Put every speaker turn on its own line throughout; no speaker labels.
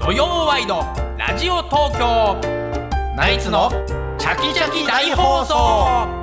土曜ワイドラジオ東京ナイツのチャキチャキ大放送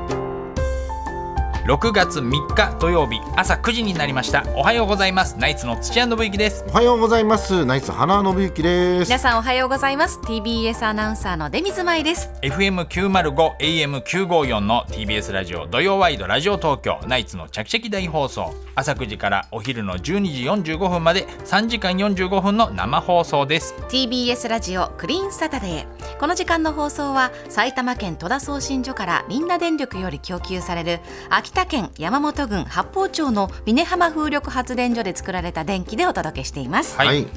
6月3日土曜日朝9時になりましたおはようございますナイツの土屋信之です
おはようございます。ナイス花信之です。
皆さんおはようございます TBS アナウンサーの出水舞です
FM905 AM954 の TBS ラジオ土曜ワイドラジオ東京ナイツのチャキチャキ大放送朝9時からお昼の12時45分まで3時間45分の生放送です
TBS ラジオクリーンサタデーこの時間の放送は埼玉県戸田送信所からみんな電力より供給される秋田県山本郡八方町の峰浜風力発電所で作られた電気でお届けしています、
はい、
はい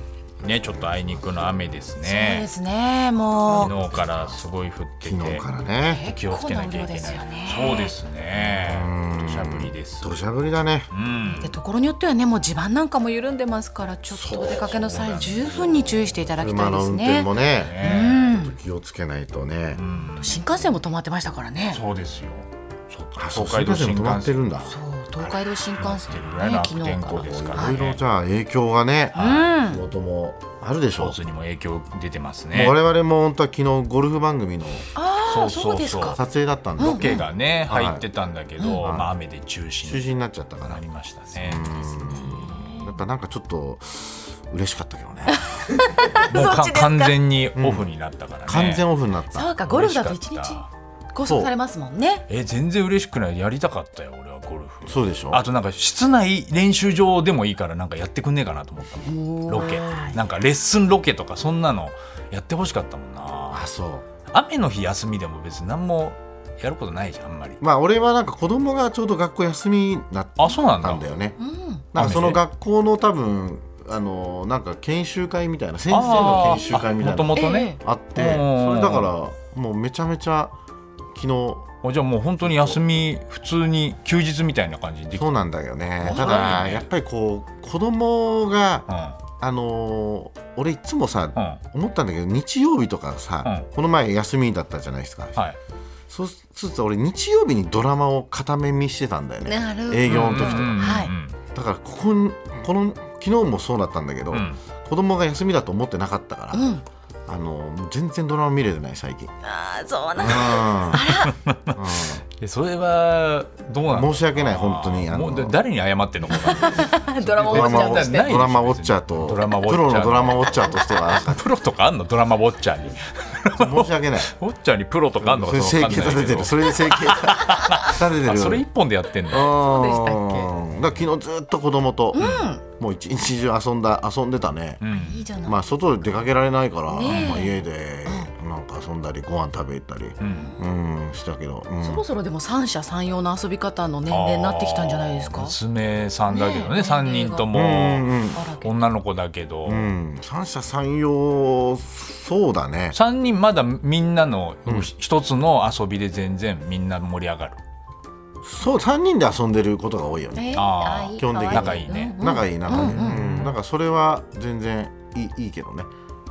ねちょっとあいにくの雨です
そうで
ね
すねもう
昨日からすごい降って
昨日
て
からね、
気をつけなきゃいけない
結構な量ですよね
そうですね土砂降りです
土砂降りだね。
うん
でところによってはねもう地盤なんかも緩んでますからちょっとお出かけの際十分に注意していただきた
車
いで
の
す
運転
ね
もね、
ね
気をつけないとね。
新幹線も止まってましたからね
そうですよそう
あ、そう、
東
新
海道新
幹線も止まっ
幹
てる
線
んだ。
そう東海道新幹線
ってるぐらいの
ね
悪
昨
天
日か
候
ら
ですか
い
ら
ろいろ
ね
じゃあ影響がね、
うん
仕事もあるでしょ
交通
う。
にも影響出てます
も
ね
う我々も本当は昨日ゴルフ番組の
ああそうです
そう
か。
撮影だったんで、
ロケがね入ってたんだけど
うん
まあ雨で中
中
止に
止になっちゃったか
な
ら、
りましたね
やっぱなんかちょっと嬉しかったけどね。
もう
そ
か
っちですか
完全にオフになったからね
完全オフになった。
そうかゴルフだと一
嬉し
日
かった
拘束されますもんね。
え全然嬉しくないやりたかったよ俺はゴルフ
そうでしょ。
あとなんか室内練習場でもいいからなんかやってくんねえかなと思ったもんロケなんかレッスンロケとかそんなのやってほしかったもんな
あ、そう。
雨の日休みでも別に何もやることないじゃんあんまり
まあ俺はなんか子供がちょうど学校休みだっ
あそうなんだ
たんだよね。
うん。
なんかその
雨で
学校の多分あのなんか研修会みたいな先生の研修会みた
も
い
と
なの
もとね、
え
あって
ええ
それだからもうめちゃめちゃ昨日
おじゃあもう本当に休み普通に休日みたいな感じにでき
そうなんだよね
あ
た
そう
だ
ね
やっぱりこう子供が
うん
あのー俺いつもさ
うんは
思ったんだけど日曜日とかさこの前休みだったじゃないですか
い
そうすると俺日曜日にドラマを片目見してたんだよね
なるほど。
営業の時と
う
か
んうんうん
はい
だからここにこの昨日もそうだったんだけど
うん
子供が休みだと思ってなかったから
うん。
あのもう全然ドラマ見れてない最近。
ああそうなんだ。
あら、
えそれはどうなの
申し訳ない本当にあの
もうだ誰に謝ってんのか分かんない
ドラマ
ドラ
終
マ
わっ
ウ
ち
ォッチ
ゃっ
ャ
たね
ー。ドラマウォッチャーと
ドラマウォッチャー
プロのドラマウォッチャーとしては
プロとかあんのドラマウォッチャーに
申し訳ない。
ウォッチャーにプロとかあんの
そ
か
れ
そ
整
うわ
形
かんない
立て
け
て
ど
る。それで整形立てて
あ
る。
それ一
う
本でやってんだ
でしたっけ
ん。だから昨日ずっと子供と、もう一日中遊んだ遊んでたね。
うん
いいじゃない。
まあ外で出かけられないから、
ねえ
まあ家でなんか遊んだりご飯食べたり、
うん
うんしたけど。うん
そろそろでも三者三様の遊び方の年齢になってきたんじゃないです
あー
か。
娘さんだけどね
ね
三人と
う
も
ん
あらけ
女の子だけど
うんうん。三者三様そうだね。
三人まだみんなの一つの遊びで全然みんな盛り上がる
そう3人で遊んでることが多いよね
えー
あー
ーいい
基本的に
可愛
仲いいね
うんうん
仲いい仲いい、
う
うん
うん
んなんかそれは全然いいいいけどね、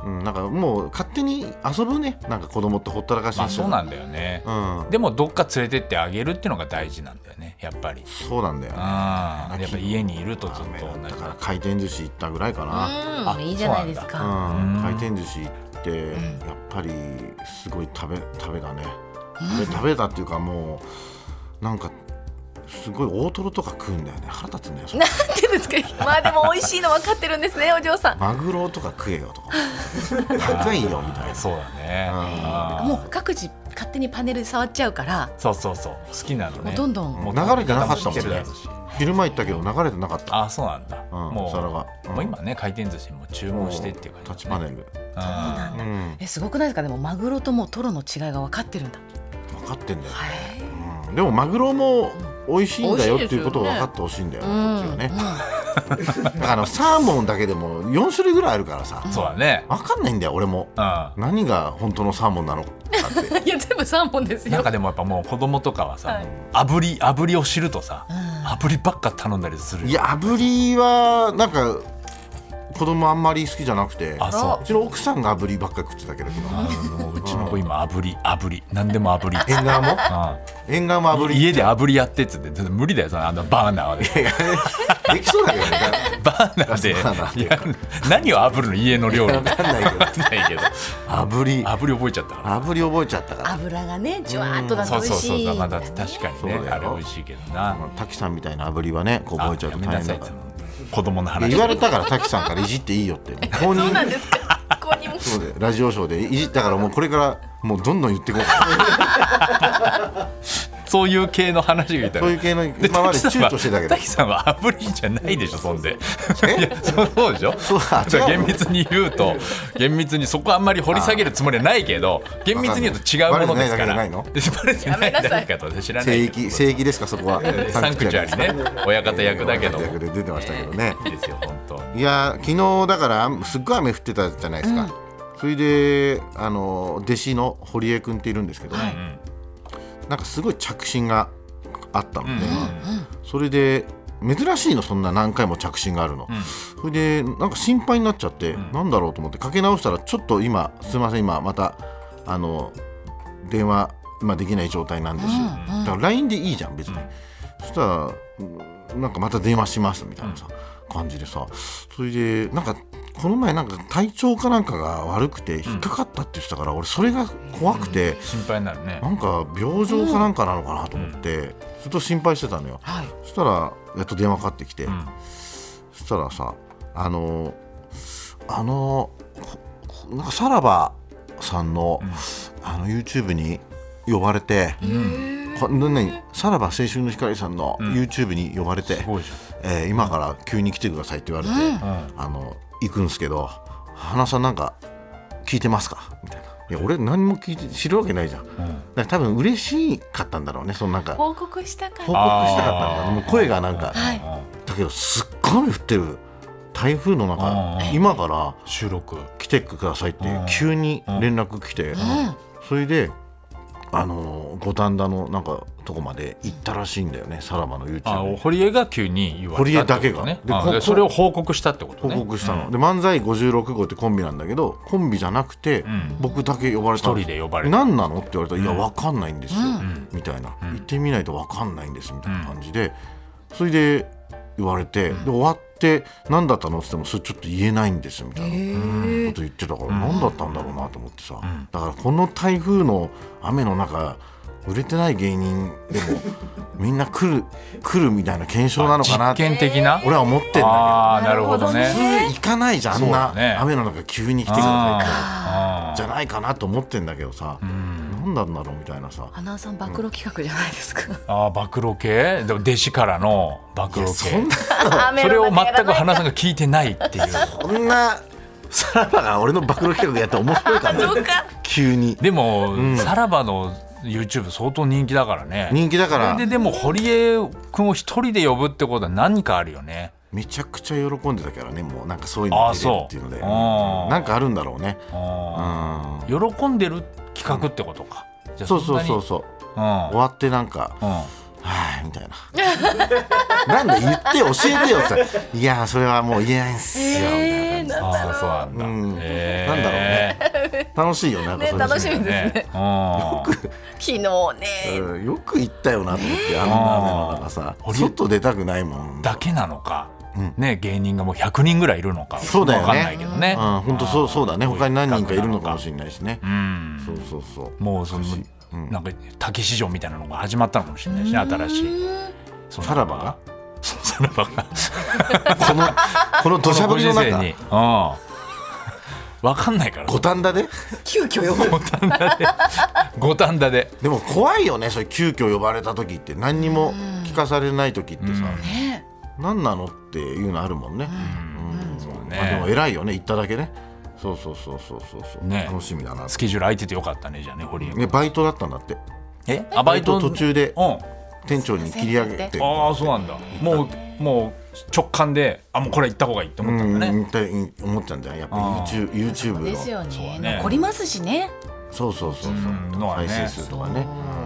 うん、なんかもう勝手に遊ぶねなんか子供ってほったらかし
まあ
にし
そうなんだよね
うん
でもどっか連れてってあげるっていうのが大事なんだよねやっぱり
そうなんだよね
あやっぱ家にいるとずっと同
だ
じ
から回転寿司行ったぐらいかな、
うん。いいじゃないです
あ
か。
うん
うん
回転寿司行ってやっぱりすごい食べ食べたね食べ食べたっていうかもうなんかすごい大トロとか食うんだよね腹立つんだよ それ
なんてですか。まあでも美味しいの分かってるんですねお嬢さん。
マグロとか食えよと か高いよみたいな
そうだね
うん
あー
もう各自勝手にパネル触っちゃうから、
そうそうそう好きなの
もう
ね
どんどん
もう流れてなかったもん
知ってるだ
ね
ろうし
昼間行ったけど流れてなかった
あそうなんだ、
うん
もう
皿がうん
もう今ね回転寿司も注文してっていう感じ、
タッチパネル
あ
うん
えすごくないですかでもマグロともうトロの違いが分かってるんだ
分かってんだよ、うんでもマグロも美味しいんだよっていうことを分かってほしいんだよ、こっちはね、だからあのサーモンだけでも4種類ぐらいあるからさ
ーそうだね
分かんないんだよ俺も
うん
何が本当のサーモンなのかって
いや全部三本です
な
よ
んかでもやっぱもう子供とかはさ、
はい
炙り炙りを知るとさ、炙りばっか頼んだりする
いや炙りはなんか子供あんまり好きじゃなくて
あそう
うちの奥さんが炙りばっかり食ってたけど昨日
あのうちの子今炙り炙り何でも炙り
縁側も
あ
縁側も
あ
炙り
家で炙りやってっつってちょっと無理だよそのあのバーナーで
できそうだけどね
バーナーで
ガスバーナーで
いや何を炙るの家の料理
分かんないけど
ないけど
炙り
炙り覚えちゃったから
炙り覚えちゃったから
油がねじゅわーっとだ
そ
と
う
美
そ
味
うそ
し
う
い
だ
んだ
まだ
ね
確かに
そうだ
ね
よ
あれ美味しいけどな
滝さんみたいな炙りはねこう覚えちゃうと
あやめなさい
大変だから
子供の
いや
話
言われたから滝さんからいじっていいよって公認
そうなんですかここにも
そうでラジオショーでいじったからもうこれからもうどんどん言ってこう
そういう系の話がいたら
そういう系の
で
今まで
滝さん
躊
は
躇してたけど
滝さんは炙りじゃないでしょそんでいやそう そうでしょ
そうあ
じゃあ
違
厳
うの
密に言うと厳密にそこあんまり掘り下げるつもりはないけど厳密に言うと違うものですから
バレてないだけ
バレてないだけだと知らない
聖
け
域
ど
聖域ですかそこは
サンクチュアリね親方役だけど
親方役で出てましたけどね
いいですよ本当
いやー昨日だからすっごい雨降ってたじゃないですか、それであの弟子の堀江君っているんですけど、なんかすごい着信があったので、それで珍しいのそんな何回も着信があるの、それでなんか心配になっちゃって、なんだろうと思ってかけ直したらちょっと今すいません今またあの電話今できない状態なんですよ、だから LINE でいいじゃん別に、そしたらうんなんかまた電話しますみたいなさ、感じでさそれでなんかこの前なんか体調かなんかが悪くて引っかかったって言ってたから、俺それが怖くて、
心配になるね
なんか病状かなんかなのかなと思って、ずっと心配してたのよ、
はい
そしたらやっと電話かかってきて、
ん
そしたらさあのあのここなんかさらばさんの、あの YouTube に呼ばれて、こななにさらば青春の光さんの YouTube に呼ばれて、
すごいじ
えー今から急に来てくださいって言われて、あの行くんですけど「花さんなんか聞いてますか?」みたいな「いや俺何も聞いて知るわけないじゃん」だから多分嬉しかったんだろうねそのなんか報
報告したか
告
ら
したかったんだ
あー
もう声がなんか、
はい
だけどすっごい雨降ってる台風の
あ
中
ー
今から
収録
来てくださいって
うん
急に連絡来て、それで。あのー五反田のなんかとこまで行ったらしいんだよね、さらばの YouTube
あ
に
堀江が急に言われたってことね
堀江だけが
あ
でこ
で
こ
それを報告したってこと
報
ね
告したの、で漫才56号ってコンビなんだけどコンビじゃなくて、
ん
僕だけ呼ばれたんです
一人で呼ばれた
何なのって言われたら「いや分かんないんですよ」みたいな、行ってみないと分かんないんです」みたいな感じで、それで言われて、で終わって「何だったの?」って言っても「それちょっと言えないんです」みたいな。こと言ってたから何だったんだろうなと思ってさ、だからこの台風の雨の中売れてない芸人で もみんな来る来るみたいな検証なのかな
実験
って
的な
俺は思ってんだけど
ああなるほど
なるほど
ね
ね
普通行かないじゃん、あん
そうだ
な、
ね
雨の中急に来てくださいって
あ
じゃないかなと思ってんだけどさ、なん、何なんだろうみたいなさ
花輪さん暴露企画じゃないですか、
ーあー暴露系でも弟子からの暴露系
そんな
それを全く花さんが聞いてないっていう
こんなさらばが俺の暴露企画やって面白 いかな急に
でも、さらばの YouTube 相当人気だからね
人気だか
それ
ら
ででも堀江君を一人で呼ぶってことは何かあるよね
めちゃくちゃ喜んでたからねもうなんかそういうの見れるっていうので
あそう
なんかあるんだろうね
あ
うん
ー喜んでる企画ってことか、じゃあ
そうそ
ん
う
なに
そうそう
うん、
終わってなんか
うん
はいみたいななんで言って教えてよってさいやそれはもう言えないんすよ、みたいな感じ
ああそうなんだ、
うん
えー
なんだろうね楽しいよなんかそういうの
ね楽しみですね
うん
昨日ね
うんよく行ったよなと思って、あんな雨の中さ
あー
外出たくないもん
だけなのか、ね芸人がもう100人ぐらいいるのか
そうだよね
わかんないけどね、
うん本当そうそうだね他に何人かいるのかも
し
しれないしね
れない、うん
そうそうそう
もうその、なんか竹市場みたいなのが始まったのかもしれないし、ね、新しいその
さらばが
そうさらばが
このこの土砂降りの
こご
中
時世にうんわかんないから
五反田で
急遽呼ばれた
五反田で
でも怖いよねそれ急遽呼ばれた時って何にも聞かされない時ってさ
ね
何なのっていうのあるもんねうんまあでも偉いよね行っただけねそうそうそうそうそうそう
ね
楽しみだな
スケジュール空いててよかったねじゃあね堀江
ねバイトだったんだって
えア
バイト途中で
うんあ
店長に切り上げて
あそうなんだもうもう直感であもうこれ行った方がいいって思ったんだ
う
ね
んって思っちゃうんだよやっぱ
あー
YouTube, YouTube の
ですよね
ね
残りますしね
そうそうそうそう、
うんのはね
再生数とかね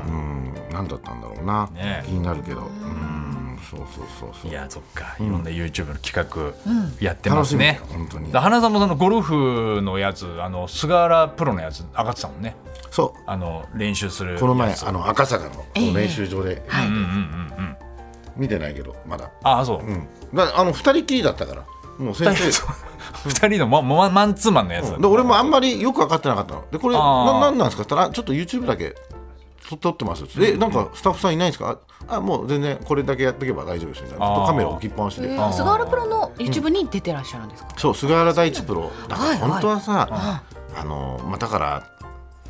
うん何だったんだろうな、
ね
気になるけどうんそうそうそうそう
いやそっかいろんな YouTube の企
うん
画やってますね
楽、しみだよ本当に
だ花さんもそのゴルフのやつあの菅原プロのやつ上がってたもんね
そ
あの練習する
う
やつ
この前あの赤坂の
ええ
練習場で
うんうんうんうん
見てないけどまだ
ああそう、
うんだあの二人きりだったからもう先
二
生
二人のマママンツーマンのやつ、
で俺もあんまりよく分かってなかったのでこれ
あー
ななんなんですかって言ったらあちょっと YouTube だけ撮撮ってますえなんかスタッフさんいないんですかあもう全然これだけやっとけば大丈夫ですみたいなずっとカメラ置きっぱなし
え
で
ー、菅原プロの YouTube に出てらっしゃるんですか、
そう菅原大地プロだか
は
ら
いはい
本当はさあのまあだから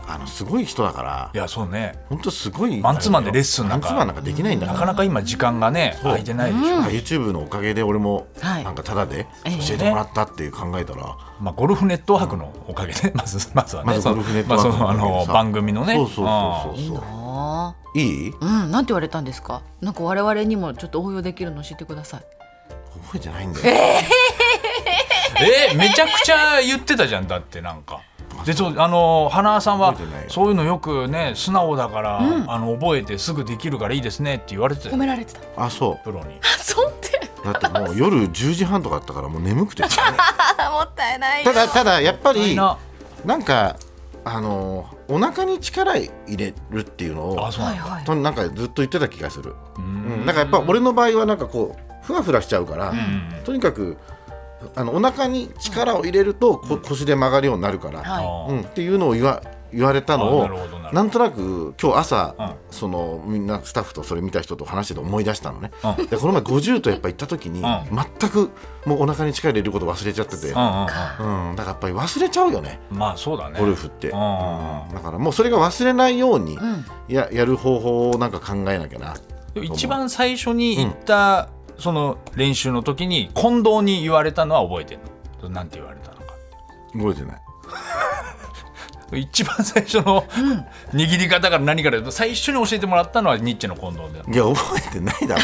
あのすごい人だから
いやそうね
本当すごい
マンツーマンでレッスンなんか
マンツーマンなんかできないんだ
な
から
かなか今時間がね
そう
空いてないでしょ、
あ YouTube のおかげで俺も
はい
なんかタダで
ええ
教えてもらったっていう考えたら、
まあ、ゴルフネットワークのおかげで、まずまずはね
まずゴルフネットワーク
そのまあそのあの
さ
番組のね
そうそうそう
いい
そう
な
そ
あ
ういい
うん、なんて言われたんですかなんか我々にもちょっと応用できるの教えてください
覚えてないんだよ、
えーめちゃくちゃ言ってたじゃんだってなんか。でそうあの花輪さんは
覚えてないよ
そういうのよくね素直だから、あの覚えてすぐできるからいいですねって言われてた
褒
よ
められてた
あそ
プロに。
そんって
うだってもう夜10時半とかだったからもう眠くて
あもったいない
ただただやっぱ
いい
り
な
なんかあのーお腹に力入れるっていうの
あ
を
そうなん
はい
だ
はい
となんかずっと言ってた気がする、
う
うんん、なんかやっぱ俺の場合はなんかこうふわふわしちゃうから、
ん
とにかくあのお腹に力を入れるとこ腰で曲がるようになるから、
あ
は
うん、っていうのを言わ言われたの
あなるほどなるほど
をなんとなく今日朝、
うん
そのみんなスタッフとそれ見た人と話してて思い出したのね、
うん
でこの前50とやっぱ行った時に、
う
全くもうお腹に力入れること忘れちゃってて、うん、だか
うんうん
らやっぱり忘れちゃうよね
うんまあそうだね
ゴルフって、
うん
うんだからもうそれが忘れないように、
ん
ややる方法をなんか考えなきゃな
でも一番最初に行った、その練習の時に近藤に言われたのは覚えてるのなんて言われたのか
覚えてない
一番最初の、握り方から何から最初に教えてもらったのはニッチェの近藤で
いや覚えてないだろ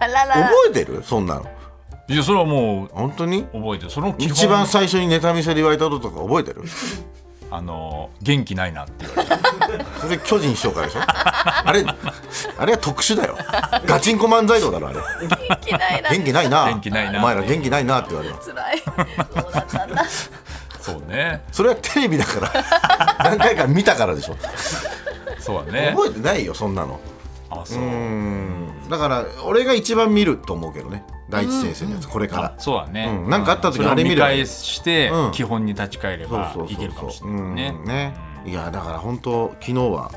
あらら
覚えてるそんなの
いやそれはもう
本当に
覚えてるその基本
一番最初にネタ見せで言われたこととか覚えてる
あの元気ないなって言われた
それ巨人師匠からでしょ あれあれは特殊だよガチンコ漫才道だろあれ
気ないな
元気ないな
元気ないな
お前ら元気ないなって言われる
辛いそうだったんだ
そうね
それはテレビだから 何回か見たからでしょ
そうだね
覚えてないよそんなの
あそう、
うんだから俺が一番見ると思うけどね大地先生のやつこれか
あ
ら
そうだね、
うんなんかあった時
それを
あれ見れ
見
ば
返して、
うん
基本に立ち返れば
そう
い
そ
け
う
るか
そ
も
う
し
そ
れ
う
ないね,、
うんねいやだから本当昨日は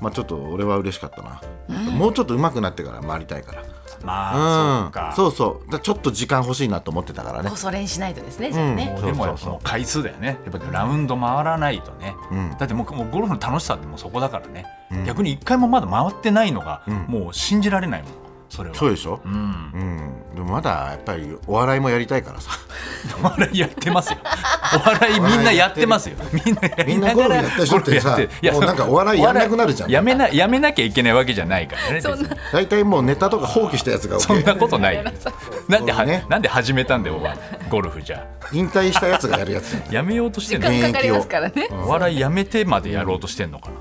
まあちょっと俺は嬉しかったなもうちょっと上手くなってから回りたいから
まあ、そう
うん
か
そうそうだからちょっと時間欲しいなと思ってたからね
こそ練しないとですねじゃあね、
もうでも
そ
やっ
うそう
ぱ
そう
もう回数だよねやっぱラウンド回らないとね、
うん
だってもうもうゴルフの楽しさってもうそこだからね、逆に一回もまだ回ってないのが、もう信じられないもんそれは
そうでしょ
うん
うん、でもまだやっぱりお笑いもやりたいからさ
お笑いやってますよお笑いみんなやってますよみんなや
み
り
んな
なが
ゴル
ら
フやった人ってさ
ゴルフや
もうなんかお笑いやんなくなるじゃん
やめなやめなきゃいけないわけじゃないからね
そんな
別に
大体もうネタとか放棄したやつが
そん
OK
なことないよなんでは、
ね
なんで始めたんだよお前ゴルフじゃ
引退したやつがやるやつじゃん
やめようとしてんの
時間かかりますからね
お笑いやめてまでやろうとしてんのかな。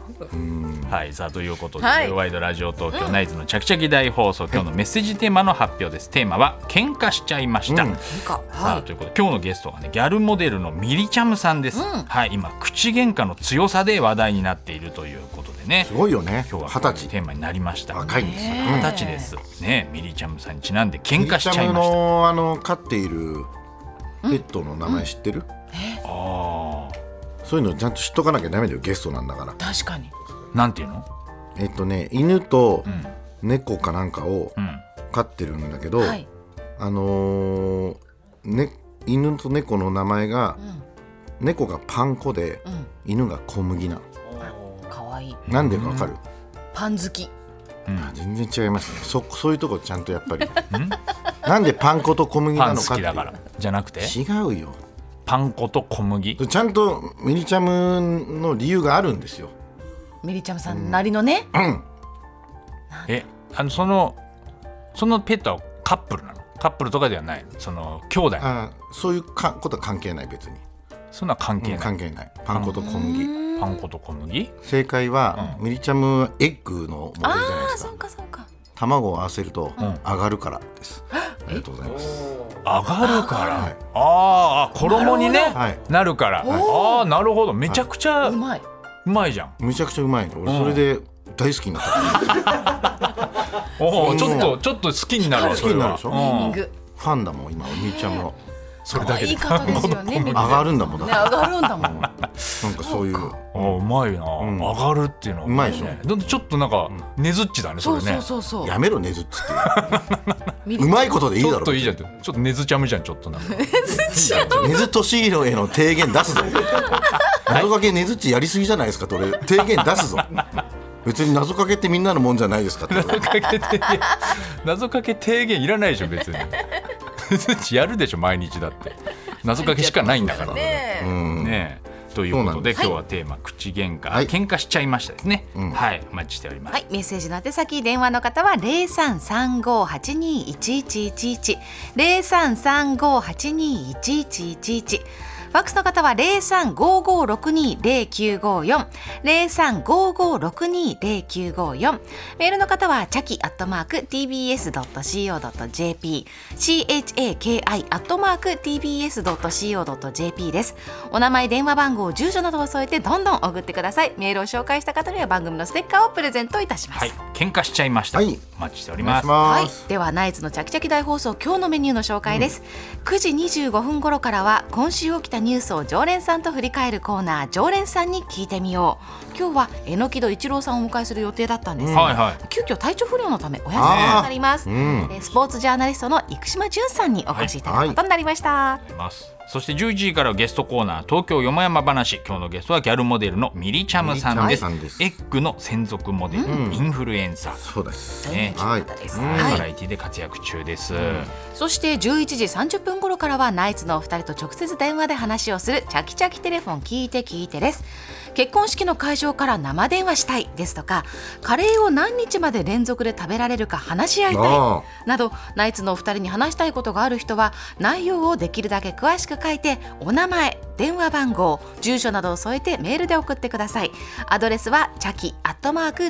はい、さあということで、
はい
ワイドラジオ東京、ナイツのちゃきちゃき大放送、今日のメッセージテーマの発表です。テーマは喧嘩しちゃいました。
うん
なんか
さ
は
あ
い
ということで今日のゲストがねギャルモデルのミリチャムさんです、はい今口喧嘩の強さで話題になっているということでね
すごいよね
今日は
二
こういう
十
テ
歳
ーマになりました
若いんですよ、
ね
うん
二十歳ですねミリチャムさんにちなんで
ミ
喧
リ
嘩しちゃい
ム
ました
のあの飼っているペットの名前知ってる、
あ
そういうのちゃんと知っとかなきゃダメだよゲストなんだから
確かに
ーなんていうの
えっとね犬と猫かなんかを
うん
飼ってるんだけど、
はい
あのーね、犬と猫の名前が、猫がパン粉で、
ん
犬が小麦なの
可愛い
なんでかわかる、
パン好き
あ全然違いますねそそういうとこちゃんとやっぱり なんでパン粉と小麦
パ
な
ン
のか
好
っ
き
て
だから
い
じゃなくて
う違うよ
パン粉と小麦
ちゃんとミニチャムの理由があるんですよ
ミリちゃんさんなりのね、
えあのそのそのペットはカップルなのカップルとかではないのその兄弟
あーそういうかことは関係ない別に、
そんな関係
うん
ない、
関係ないパン粉と小麦
パン粉と小麦
正解は、ミニチャムエッグのモデルじゃない
あ
で
あ
す
そ
か
うかそうか
卵を合わせると
ん
上がるからです、ありがとうございます
上がるから、
はい
あーあ衣にねな,、
はい
るから
おー
ああなるほどめちゃくちゃ
うまいう
まいじゃん、
むちゃくちゃうまいの俺それで大好きになった、
お
う
お
ん
ちょっとちょっと好きになるわそれは
好き
う
になる
タイミン
ん
グ
ファンだもん今お兄ちゃんの
それだけ
い
で
い方ですよねみんな
上がるんだもんだ
ね
っ
上
て
がるんだもん
なんかそういう
あうまいな、
ん
上がるっていうのは
うまいでしょ
だってちょっとなんか、ねずっちだねそ
そ
れ
う
ね
そうそうそう
やめろねずっつって
ミ
う
ル
まいことでいい
ち
だ
ょ
ろ
っといいじゃんってちょっとねずちゃむじゃんちょっとなんか
ねずとしひろへの提言出すぞ謎かけねずっちやりすぎじゃないですかと俺提言出すぞ別に謎かけってみんなのもんじゃないですかって
謎かけ提言謎かけ提言いらないでしょ 別にねずっちやるでしょ毎日だって謎かけしかないんだからね
ねえ
うん
えというこ
そうな
と
ん
で
で
今日はテーマ、口喧嘩、
はい
喧嘩しちゃいましたですね、
うん
はいお待ちしております、
はい、メッセージの宛先電話の方は零三三五八二一一一一零三三五八二一一一一ファックスの方は零三五五六二零九五四零三五五六二零九五四メールの方はチャキアットマーク tbs ドット co ドット jp c h a k i アットマーク tbs ドット co ドット jp です。お名前、電話番号、住所などを添えてどんどん送ってください。メールを紹介した方には番組のステッカーをプレゼントいたします。
はい喧嘩しちゃいました、
はい
お待ちしており
お
ま
願い
す
し
はい
ます、、
ではナイツのチャキチャキ大放送今日のメニューの紹介です、9時25分頃からは今週起きたニュースを常連さんと振り返るコーナー常連さんに聞いてみよう今日はえのき戸一郎さんをお迎えする予定だったんですが、
はいはい
急遽体調不良のためお休みになります、
あー
えースポーツジャーナリストの生島淳さんにお越しいただくことになりました、
ますそして11時からはゲストコーナー東京よもやま話今日のゲストはギャルモデルのミリチャムさんです
ミリチャムさんです
エッグの専属モデル、インフルエンサー
そうです
ね
はい
大変な方です
うん
バ
はい
ラエティで活躍中です、
そして11時30分頃からはナイツのお二人と直接電話で話をするチャキチャキテレフォン聞いて聞いてです結婚式の会場から生電話したいですとかカレーを何日まで連続で食べられるか話し合いた
あ
いなどナイツのお二人に話したいことがある人は内容をできるだけ詳しく書いてお名前電話番号住所などを添えてメールで送ってくださいアドレスはチャキアットマーク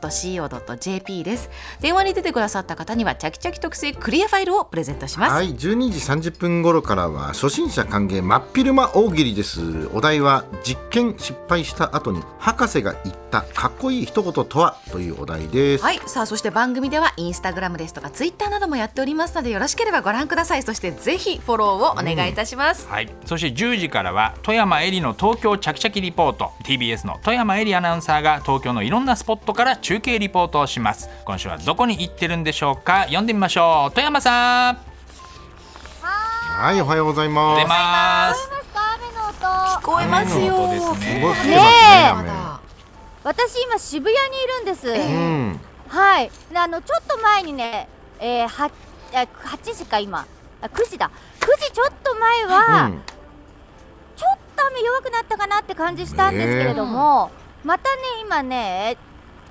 tbs.co.jp です電話に出てくださった方にはチャキチャキ特製クリアファイルをプレゼントします、
はい、12時30分頃からは初心者歓迎真っ昼間大喜利です。お題は実験失敗した後に博士が言ったかっこいい一言とはというお題です。
はい、さあそして番組ではインスタグラムですとかツイッターなどもやっておりますのでよろしければご覧くださいそしてぜひフォローをお願いいたします、
はい、そして10時からは富山えりの東京ちゃきちゃきリポート TBS の富山えりアナウンサーが東京のいろんなスポットから中継リポートをします今週はどこに行ってるんでしょうか読んでみましょう富山さん
はい、おはようございま
出
す。
ます
聞こえますか雨の音
聞こえますよ、
うんそうです
す
ね
ごい来て
ま
ますね
だ
私今渋谷にいるんです、
雨。う
え
ん、
はいであのちょっと前にね、えー、はあ8時か今あ9時だ9時ちょっと前は、
うん
ちょっと雨弱くなったかなって感じしたんですけれども、またね今ね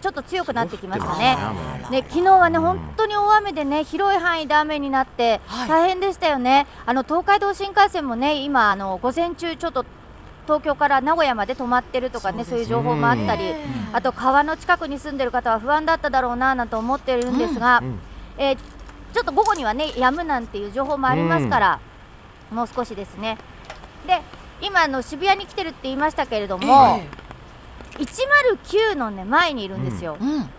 ちょっと強くなってきましたね
あ
ね昨日はね本当に大雨でね広い範囲で雨になって
はい
大変でしたよね、あの東海道新幹線もね今あの午前中ちょっと東京から名古屋まで止まってるとかね
そ
そうう
で
いう
す
情報もあったり、
ね
あと川の近くに住んでる方は不安だっただろうななんて思ってるんですが、
んうん
えーちょっと午後にはね止むなんていう情報もありますから、もう少しですねで今あの渋谷に来てるって言いましたけれども、
え
109のね前にいるんですよ、
えうん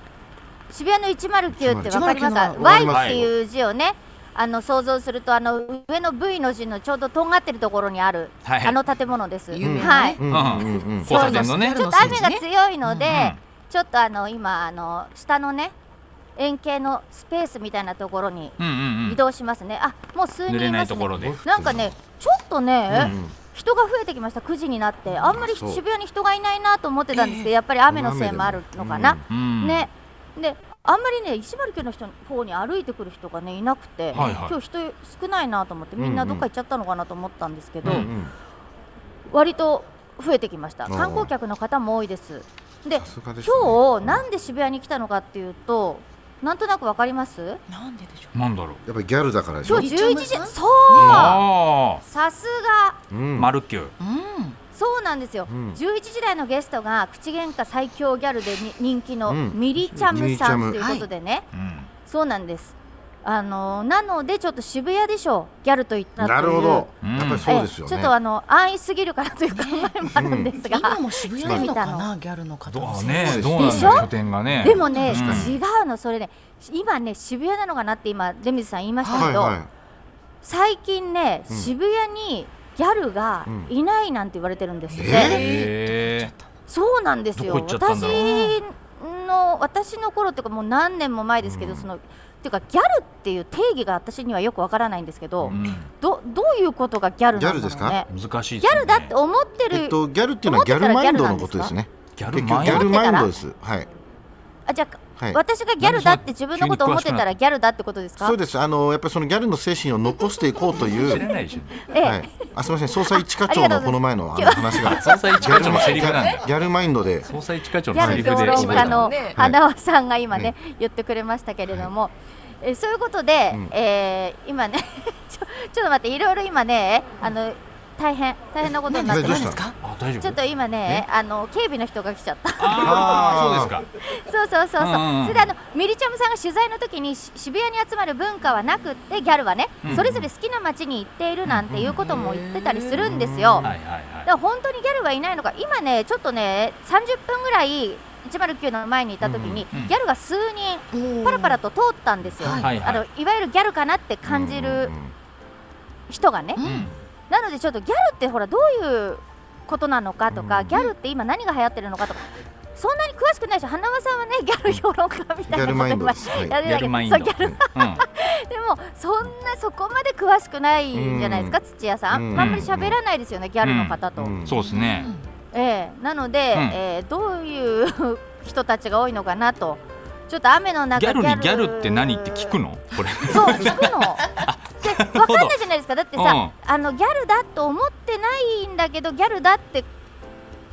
渋谷の109ってわかりますか
109
Y
わ
っ
か
て
ります
いう字をねあの想像するとあの上の V の字のちょうどとんがってるところにある、
はい
あの建物です。
有名な
はい
ね、
うんうんうん
交差点のね
ちょっと雨が強いので、
うん
ちょっとあの今あの下のね円形のスペースみたいなところに
うんうんう
移
ん
動しますね。あもう数人
濡れ
い
な
ま
い
す
ところ
ね。
で
なんかねちょっとね、
うん
人が増えてきました9時になってあんまり
そう
渋谷に人がいないなと思ってたんですけど、やっぱり雨のせいもあるのかな。
うん
ねであんまりね石丸家の人の方に歩いてくる人がねいなく
は
て、
いはい
今日人少ないなと思ってみんなどっか行っちゃったのかなと思ったんですけど、
うんう
うんうん
割と増えてきました
おー
観光客の方も多いですで
さすがですね
今日なんで渋谷に来たのかっていうとなんとなくわかります
なんででしょう
なんだろう
やっぱりギャルだからでしょ
今
日
日
11
11
時
時
さん
そう
あ
さすが
うん
あマルキュー
うん
そうなんですよ、
うん
11時台のゲストが口喧嘩最強ギャルでに人気の
うん
ミリチャムさん
ミ
と
リ
い
チ
うことでね、
うん
そうなんですあのなのでちょっと渋谷でしょギャルと言ったという
なるほど、
うん
やっぱりそうですよ
ええち
ね
ょっとあの安易すぎるかなという考えもあるんですが、
今も渋谷なのか
ちょっと
なギャルの方
ど
の
う
先
ね
生
どうなん
でし
だ
ょ
ろう拠点がね
でもね、
確かに
違うのそれね今ね渋谷なのかなって今出水さん言いました
は
け
い
ど、
は
最近ね、
うん
渋谷にギャルがいないなんて言われてるんですって、
え
へ
そうなんですよ
どこ行っちゃったんだろ
私の私の頃っていうかもう何年も前ですけど、
うん
そのっていうかギャルっていう定義が私にはよくわからないんですけど、
ーうん
どどういうことがギャルなんだろうね
ギャルですか
難しい
ギャルだって思って
い
る、
えっとギャルっていうのはギャルマインドのことですね
ギャル
結
マ
局
イン
ギャルマインドですはい
あじゃあ、
はい
私がギャルだって自分のことを思ってたらギャルだってことですか
そうですあのやっぱりそのギャルの精神を残していこうとい
ド
う
知らないでしょ
ええ
はい、あすみません、捜査一課
あ
長
りが
の
とう
こ
ご
の前のあの話が、
捜査一課長のセリフなん
ギ
だ
ャルマインドで、
捜査一課長
ギャ
のセ
ル
リフで
評論
覚え
家
たの
の
ね
花輪さんが今ね
ね
言ってくれましたけれども、えーそういうことで、
うん
えー今ねちょちょっと待っていろいろ今ねあの大変大変なことになってま
どう
す
し
で
た
すか
あ大丈夫
ちょっと今ねあの警備の人が来ちゃった
ああそうですか
そうそうそうそう、
うんうん
それであのミリチャムさんが取材の時にし渋谷に集まる文化はなくってギャルはね、
うん
それぞれ好きな街に行っているなんていうことも言ってたりするんですよ、
はいはい
だか
は
ら本当にギャルはいないのか今ねちょっとね30分ぐらい109の前にいた時に、
うんうんうん
ギャルが数人
パ
パラパラと通ったんですよ、
はい
はい
あのいわゆるギャルかなって感じる人がね、
いうん
なのでちょっとギャルってほらどういうことなのかとか、
うん
ギャルって今何が流行ってるのかとかそんなに詳しくないでしょ花輪さんはねギャル評論家みたい
ギ
な
ャルマイン
こ
ド
と
ですはい
やって
ギ
た
ャ
け
ル
ど
マイン
そ
ド
うギャル
うん
でもそんなそこまで詳しくないじゃないですか、
うん
土屋さん、
うん
あんまり喋らないですよねギャルの方と、
うん
そうですね
ええなので、
うん
ええどういう人たちが多いのかなとちょっと雨の中
ギャルにギャルって何って聞くのこれ
そう聞く ので分かんないじゃないですかだってさ、
う
あのギャルだと思ってないんだけどギャルだっていう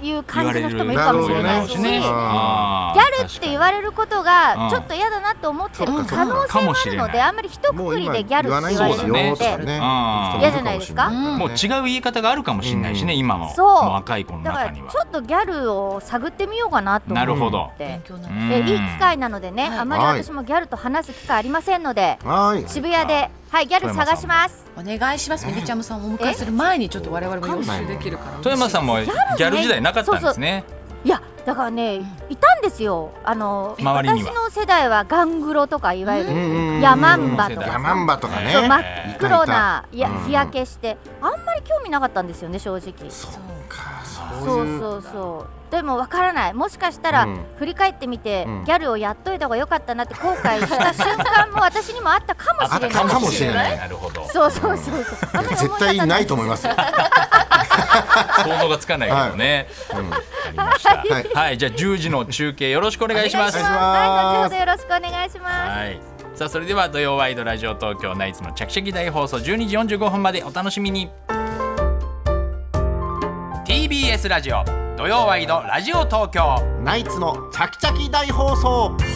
言わ
感じ
れ
の人
る
もい
言
る
わ
かも
れ
し
る
れない
な
し、
るほどね
あ
ギ
ー
ャルって言
確
われること
うん
がちょっと嫌だなと思ってる
そっかそっか
可能性もあるのであんまり一
も
括
う
り
今
でギャル
言わ
っ
な
て
い
言われ
で
て
す
そ
よ
うだね
とかね
うん
嫌じゃないですか
うん
もう違う言い方があるかもしれないしね
うん
今は
そう
もう若い子の
だか
中
ら
に
ちょ
は
っとギャルを探ってみようかなと思
な
っ
るほど
て
勉。強にな
う
る
ん
えいい機会なのでね、
はい
あまり私もギャルと話す機会ありませんので、
はーい。
渋谷で、はい、ギャル探します。
お願いしますみりちゃむさんをお迎えする前にちょっと我々も予習できるから
富山さんもギャル時代なかったんですね
いや、だからね、いたんですよ。あの、
周りに
私
は
の世代はガングロとか、いわゆ
うんうんうんう
る
ん
ヤマンバと
ヤ
か。
マンバとかね。
そう真っ
えー
黒な
たいた
いや
うん
日焼けしてあんまり興味なかったんですよね正直
そ
そうう
か、そ
そうう
いう。
そうそうでもわからないもしかしたら
うん
振り返ってみて
うん
ギャルをやっといた方が良かったなって後悔した瞬間も私にもあったかも
あ
し
った
れ
か
ない
もしれない
うん
なるほど
そうそうそうそうあんまり思
絶
い出さ
対ないと思います。は
想像がつかないけどねありました
はい
はいじゃあ10時の中継よろしくお願いしま
お願いします
す
はい、後ほどよろしくお願いします。
はい。さあそれでは土曜ワイドラジオ東京ナイツのチャキチャキ大放送12時45分までお楽しみに TBS ラジオ土曜ワイドラジオ東京
いナイツのチャキチャキ大放送。